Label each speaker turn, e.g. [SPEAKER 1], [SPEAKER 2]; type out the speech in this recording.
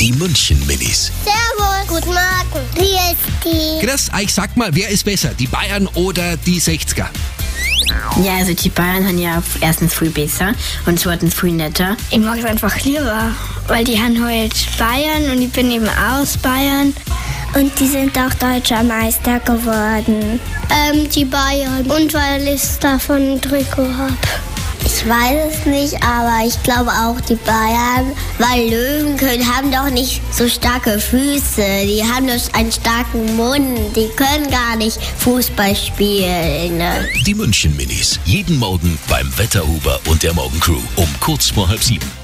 [SPEAKER 1] Die München Minis.
[SPEAKER 2] Servus. Guten Morgen. Wie ist die?
[SPEAKER 1] Chris, ich sag mal, wer ist besser, die Bayern oder die 60er?
[SPEAKER 3] Ja, also die Bayern haben ja erstens viel besser und zweitens viel netter.
[SPEAKER 4] Ich mag es einfach lieber, weil die haben halt Bayern und ich bin eben aus Bayern.
[SPEAKER 5] Und die sind auch deutscher Meister geworden.
[SPEAKER 2] Ähm, die Bayern. Und weil ich davon ein Trikot habe.
[SPEAKER 5] Ich weiß es nicht, aber ich glaube auch die Bayern, weil Löwen können, haben doch nicht so starke Füße. Die haben doch einen starken Mund. Die können gar nicht Fußball spielen.
[SPEAKER 1] Die München Minis. Jeden Morgen beim Wetterhuber und der Morgencrew um kurz vor halb sieben.